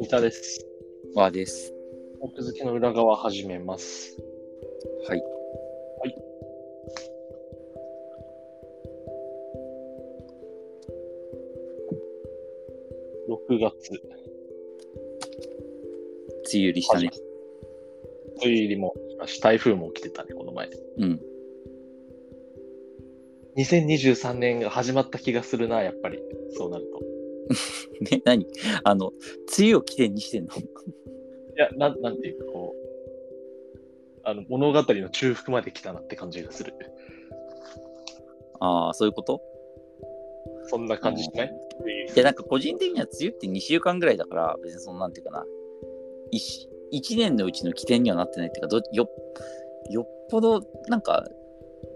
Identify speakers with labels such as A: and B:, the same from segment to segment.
A: 三田です。
B: わです。
A: 奥付けの裏側始めます。
B: はい。
A: はい。6月、
B: 梅雨入りしたね。
A: 梅雨入りも来たし、台風も来てたね、この前。
B: うん。
A: 2023年が始まった気がするな、やっぱり。そうなると。
B: ね、何 あの、梅雨を起点にしてんの
A: いや、なんなんていうか、こう、あの物語の中腹まで来たなって感じがする。
B: ああ、そういうこと
A: そんな感じしないっていう
B: いや、なんか個人的には梅雨って2週間ぐらいだから、別にそのなんていうかな。一一年のうちの起点にはなってないっていうか、どよよっぽど、なんか、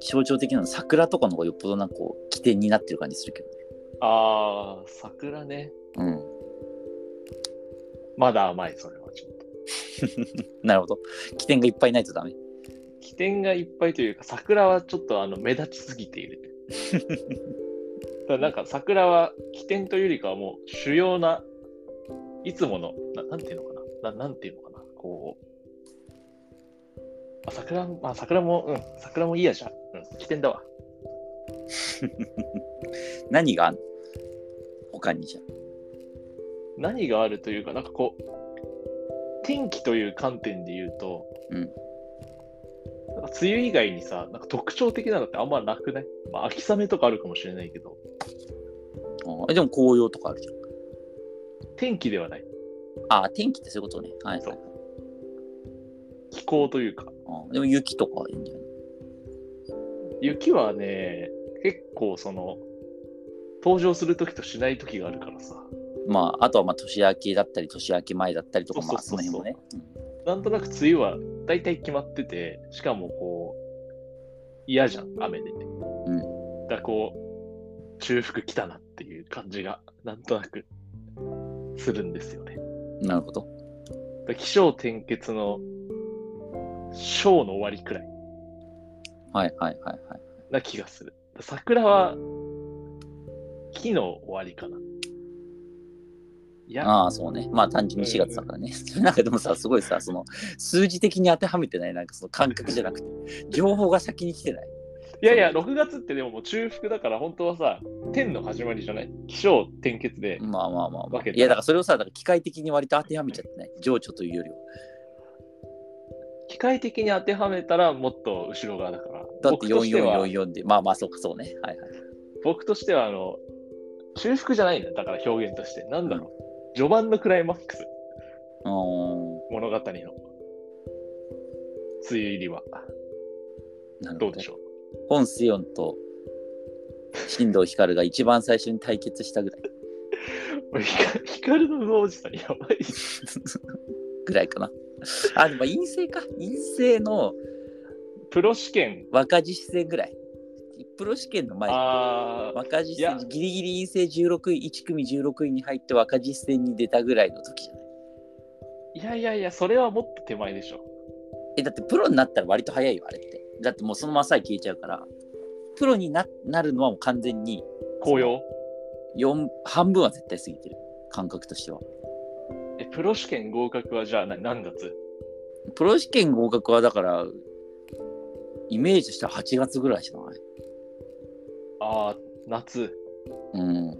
B: 象徴的なの桜とかの方がよっぽどなんかこう起点になってる感じするけどね。
A: あー、桜ね。
B: うん。
A: まだ甘い、それはちょっと。
B: なるほど。起点がいっぱいないとダメ。
A: 起点がいっぱいというか、桜はちょっとあの目立ちすぎてい る。だからなんか桜は起点というよりかはもう主要ないつものな、なんていうのかなな、なんていうのかな、こう。あ桜まあ、桜も、うん、桜もいいやじゃん。うん、起点だわ。
B: 何があんの他にじゃん。
A: 何があるというか、なんかこう、天気という観点で言うと、
B: うん
A: なんか梅雨以外にさ、なんか特徴的なのってあんまなくない、まあ、秋雨とかあるかもしれないけど、
B: あーでも紅葉とかあるじゃん。
A: 天気ではない、
B: ああ、天気ってそういうことね。はい、
A: そ
B: は
A: う
B: い。
A: 気候というか、
B: あーでも雪とかはいいんじゃない
A: 雪はね、結構その、登場するときとしないときがあるからさ、
B: まあ、あとはまあ年明けだったり、年明け前だったりとか、まあ、
A: そ
B: そうの
A: そうそう
B: 辺
A: そう
B: もね。
A: なんとなく梅雨は大体決まってて、しかもこう、嫌じゃん、雨で。うん、だからこう、中腹来たなっていう感じが、なんとなくするんですよね。
B: うんなるほど。
A: だから気象転結の章の終わりくらい
B: はいはいはいはい。
A: な気がする。だから桜は木の終わりかな。いや、
B: ああ、そうね。まあ、単純に4月だからね。なんかでもさ、すごいさ、その数字的に当てはめてない、なんかその感覚じゃなくて、情報が先に来てない。
A: いやいや、6月ってでももう中腹だから本当はさ、天の始まりじゃない気象転結で、
B: まあまあまあ、ま
A: わ
B: あ。
A: けだ
B: いや、だからそれをさ、だから機械的に割と当てはめちゃってない。情緒というよりは。
A: 機械的に当てはめたらもっと後ろ側だから。
B: だって
A: 僕としては
B: 4444で、まあまあ、そうか、そうね。はいはい。
A: 僕としてはあの、中腹じゃないんだ、だから表現として。なんだろう、序盤のクライマックス、
B: うーん。
A: 物語の。梅雨入りは、
B: なる
A: ど
B: ほ
A: うで
B: ど
A: し。ょう。
B: 本スヨンと新藤光が一番最初に対決したぐらい。
A: これヒ カヒカルの不おじさん、やばい。
B: ぐらいかな。あ、でも陰性か。陰性の
A: プロ試験、
B: 若字視線ぐらい。プロ試験の前、
A: ああ、
B: 若字視
A: いや
B: 線、ギリギリ陰性16位、1組16位に入って若字視線に出たぐらいの時じゃない。
A: いやいやいや、それはもっと手前でしょ。
B: え、だってプロになったら割と早いよ、あれって。だってもうそのままさえ消えちゃうから。プロにななるのはもう完全に
A: 紅葉。
B: 四半分は絶対過ぎてる。感覚としては。
A: え、プロ試験合格はじゃあ何何月
B: プロ試験合格はだから、イメージとしては8月ぐらいじゃない
A: ああ、夏。
B: うん。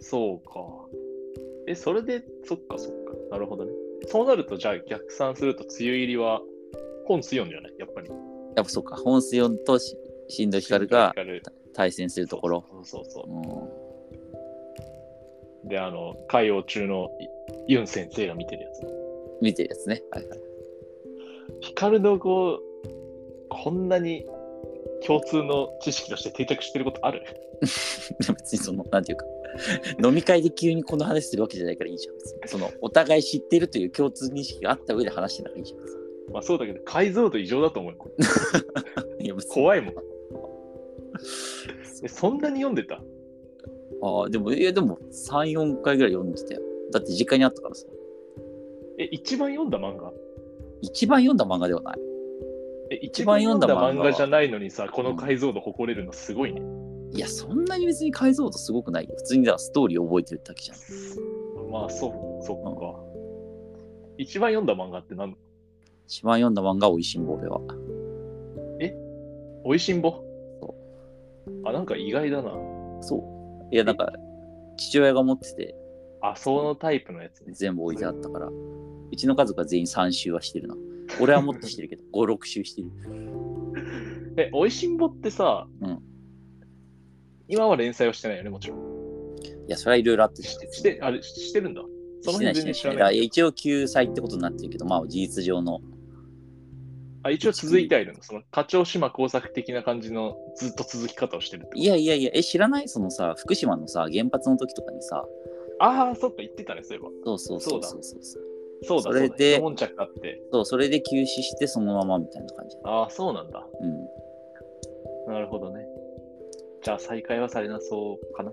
A: そうか。え、それで、そっかそっか。なるほどね。そうなると、じゃあ逆算すると、梅雨入りは、本強いんじゃないやっぱり。
B: やっぱそうか、本スヨンとし新藤光が
A: 光る
B: 対戦するところ。
A: そうそうそう
B: うん、
A: そう。で、あの、海王中のユン先生が見てるやつ。
B: 見てるやつね。はい はい、
A: 光の子、こんなに共通の知識として定着してることある
B: 別にその、なんていうか、飲み会で急にこの話するわけじゃないからいいじゃん。別にその、お互い知ってるという共通認識があった上で話してたからいいじゃん。
A: まあそうだけど、解像度異常だと思うよ。
B: いや、別に
A: 怖いもん。えそんなに読んでた
B: ああ、でも、いや、でも、3、4回ぐらい読んでたよ。だって、実家にあったからさ。
A: え、一番読んだ漫画
B: 一番読んだ漫画ではない。
A: え一
B: 番
A: 番読
B: 読ん
A: ん
B: だ
A: だ
B: 漫画は
A: 漫画じゃないのにさ、この解像度誇れるのすごいね。
B: いや、そんなに別に解像度すごくないよ。普通にだからストーリー覚えてるだけじゃん。
A: まあ、そう、そっか。一番読んだ漫画って何
B: 一番読んだ漫画、おいしんぼ俺は。
A: おいしんぼ
B: そ
A: あ、なんか意外だな。
B: そう。いや、なんか、父親が持ってて、
A: あ、そのタイプのやつね。
B: 全部置いてあったから、うちの家族は全員3周はしてるな。俺はもっとして るけど、5、6周してる。
A: え、おいしんぼってさ、
B: うん
A: 今は連載をしてないよね、もちろん。
B: いや、それはいろいろあって
A: して、してあれ、してるんだ。その
B: してな
A: 辺全
B: いしな
A: 然
B: い
A: 知
B: しな
A: ら
B: い。だ
A: な
B: から
A: い。
B: 一応救済ってことになってるけど、まあ事実上の。
A: あ一応続いてはいるの。その、課長島工作的な感じのずっと続き方をしてるってこと
B: いやいやいや、え、知らないそのさ、福島のさ、原発の時とかにさ、
A: ああ、そっか、言ってたね、そういえば。
B: そうそうそうそ
A: そう
B: そうそう。
A: そうだ、
B: それ
A: うだ
B: で
A: 一悶着あって。
B: そう、それで休止してそのままみたいな感じ。
A: ああ、そうなんだ。
B: うん。
A: なるほどね。じゃあ、再開はされなそうかな。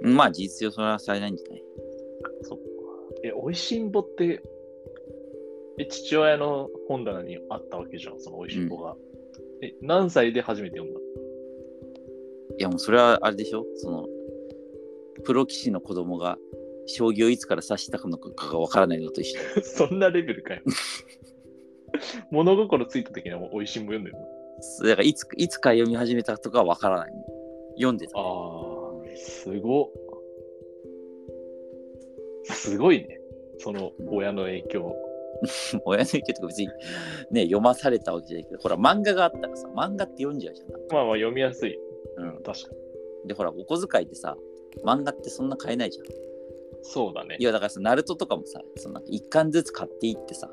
B: まあ事実上それはされないんじゃない
A: そっか。え、おいしんぼって、え、父親の本棚にあったわけじゃん、そのおいしんぼが。え、何歳で初めて読んだ
B: いやもうそれはあれでしょそのプロ棋士の子供が将棋をいつから指したのかがわからないのと一緒
A: そんなレベルかよ。 物心ついた時にはもうおいしんぼ読んでるの。
B: だからいついつか読み始めたとかはわからない読んでた、
A: ああ、すごっ。すごいね。その親の影響。
B: 親の意見とか別にね読まされたわけじゃないけどほら漫画があったらさ漫画って読んじゃうじゃん
A: まあまあ読みやすい。
B: うん
A: 確かに。
B: でほらお小遣いってさ漫画ってそんな買えないじゃん
A: そうだね
B: い。やだからさナルトとかもさそのなんか1巻ずつ買っていってさ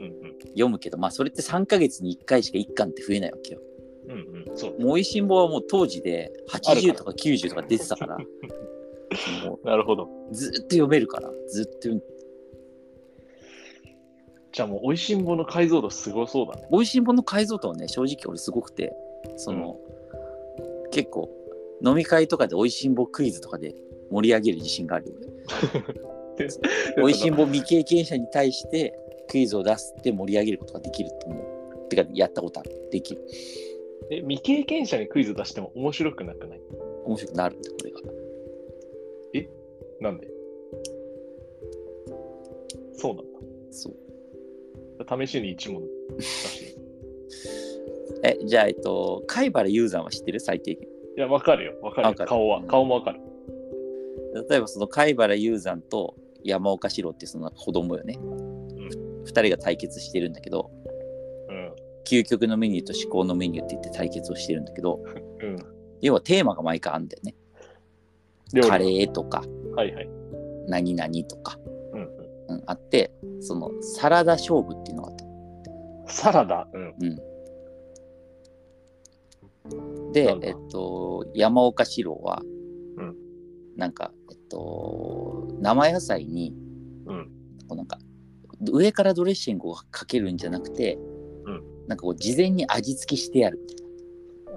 A: うん
B: 読むけどまあそれって3ヶ月に1回しか1巻って増えないわけよ
A: うん。うんうん。そう。
B: もうおいしんぼはもう当時で80とか90とか出てた からも
A: なるほど。
B: うずーっと読めるからずーっと読ん
A: じゃあもう、おいしんぼの解像度すごそう だね。
B: おいしんぼの解像度はね正直俺すごくてその、結構飲み会とかでおいしんぼクイズとかで盛り上げる自信があるよ 俺おいしんぼ未経験者に対してクイズを出すって盛り上げることができると思うてかやったことあるできる
A: え、未経験者にクイズ出しても面白くなくない
B: 面白くなるってこれが
A: なんでそうなん
B: そう
A: だ。試しに一問出 して。
B: えじゃあえっと貝原雄山は知ってる最低限
A: いや、わかるよ。わかる
B: わ
A: よ
B: かる
A: 顔は。顔もわかる。
B: 例えばその貝原雄山と山岡四郎っていうその子供よね、二人が対決してるんだけど
A: うん。
B: 究極のメニューと至高のメニューって言って対決をしてるんだけど
A: うん。
B: 要はテーマが毎回あるんだよね
A: 料理
B: カレーとか
A: はいはい。
B: 何々とか、
A: うんうん。
B: うん、あってそのサラダ勝負っていうのがあった
A: サラダ。うん。な
B: で
A: ん、だ
B: えっと、山岡四郎は、
A: うん
B: なんか、えっと、生野菜に、
A: うん
B: こうなんか上からドレッシングをかけるんじゃなくて、
A: うん
B: なんかこう事前に味付けしてやる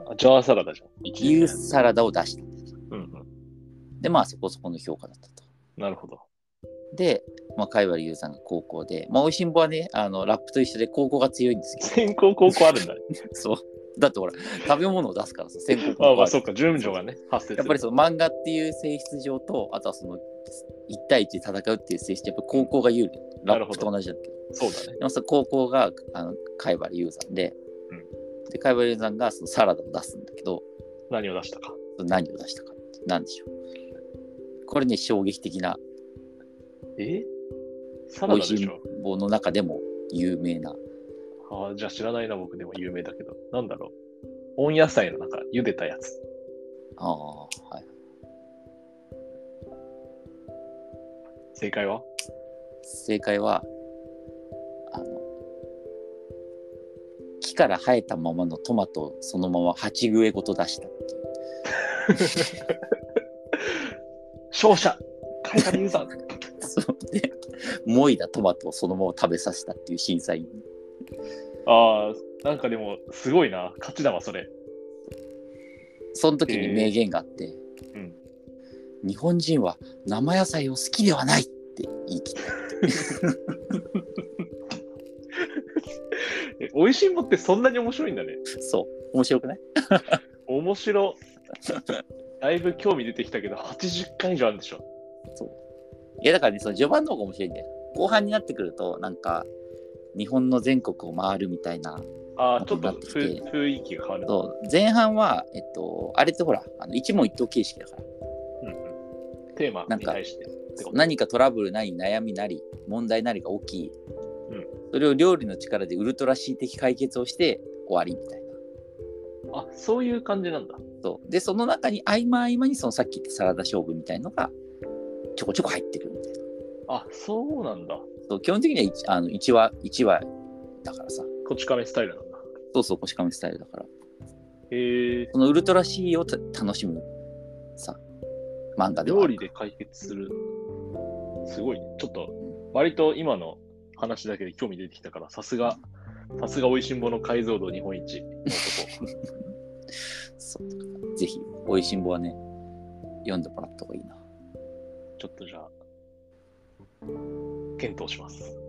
A: あジャーサラダじゃん。
B: っていうサラダを出した。
A: うんうん。
B: でまあそこそこの評価だったと。
A: なるほど。
B: で、まあ、貝原優さんが高校で、まあ、おいしんぼはねあのラップと一緒で高校が強いんですけど
A: 先行後攻あるんだ ね。
B: そうだってほら食べ物を出すからさ先行
A: まあまあ、そっか。順序がね、発生する。
B: やっぱりその漫画っていう性質上と、あとはその1対1で戦うっていう性質、やっぱ高校が有利。ラ
A: なる
B: ッ
A: ほ
B: プ
A: ど
B: と同じだけど。
A: そうだね。
B: でもさ、高校があの貝原雄山で、
A: う
B: で、貝原雄山がそのサラダを出すんだけど、
A: 何を出したか。
B: 何を出したかって、なんでしょう。これね、衝撃的な、
A: えサラ
B: 美
A: ダで
B: 味
A: し
B: しい
A: ょ
B: 棒の中でも有名な、
A: ああ、じゃあ知らないな、僕でも有名だけど。なんだろう。温野菜の中、茹でたやつ。
B: ああ、はい。
A: 正解は
B: 正解は、あの、木から生えたままのトマトをそのまま鉢植えごと出した。
A: 勝者海原 優さん
B: そう で、もいだトマトをそのまま食べさせたっていう審査員。
A: ああ、なんかでも、すごいな。勝ちだわ、それ。
B: その時に名言があって、
A: えー
B: 日本人は生野菜を好きではないって言い切った。
A: え、美味しいもんってそんなに面白いんだね。
B: そう。面白くない
A: 面 白。だいぶ興味出てきたけど、80巻以上あるんでしょ。
B: いやだからね、その序盤の方が面白いんだよ。後半になってくると、なんか、日本の全国を回るみたいな。
A: ああ、ちょっと
B: なってきて
A: 雰雰囲気が変わる。
B: そう前半は、えっと、あれってほら、あの一問一答形式だか
A: うん
B: ら。
A: うんテーマに対して。
B: そう何かトラブルなり、悩みなり、問題なりが大きい。
A: うん
B: それを料理の力でウルトラ恣意的解決をして終わりみたいな。
A: あそういう感じなんだ。
B: そうで、その中に合間合間に、そのさっき言ったサラダ勝負みたいのが、ちょこちょこ入ってくるみたいな。
A: あそうなんだ。
B: そう基本的には 1, あの1話、一話だからさ。
A: こち亀スタイルなんだ。
B: そうそう、こしかめスタイルだから。
A: へえ
B: そのウルトラ C をた楽しむさ、漫画ではあ
A: 料
B: る
A: 理で解決する。すごい。ちょっと、割と今の話だけで興味出てきたから、さすが、さすが美味しんぼの解像度日本一の男。
B: そうぜひ、おいしんぼはね、読んでもらった方がいいな。
A: ちょっとじゃあ、検討します。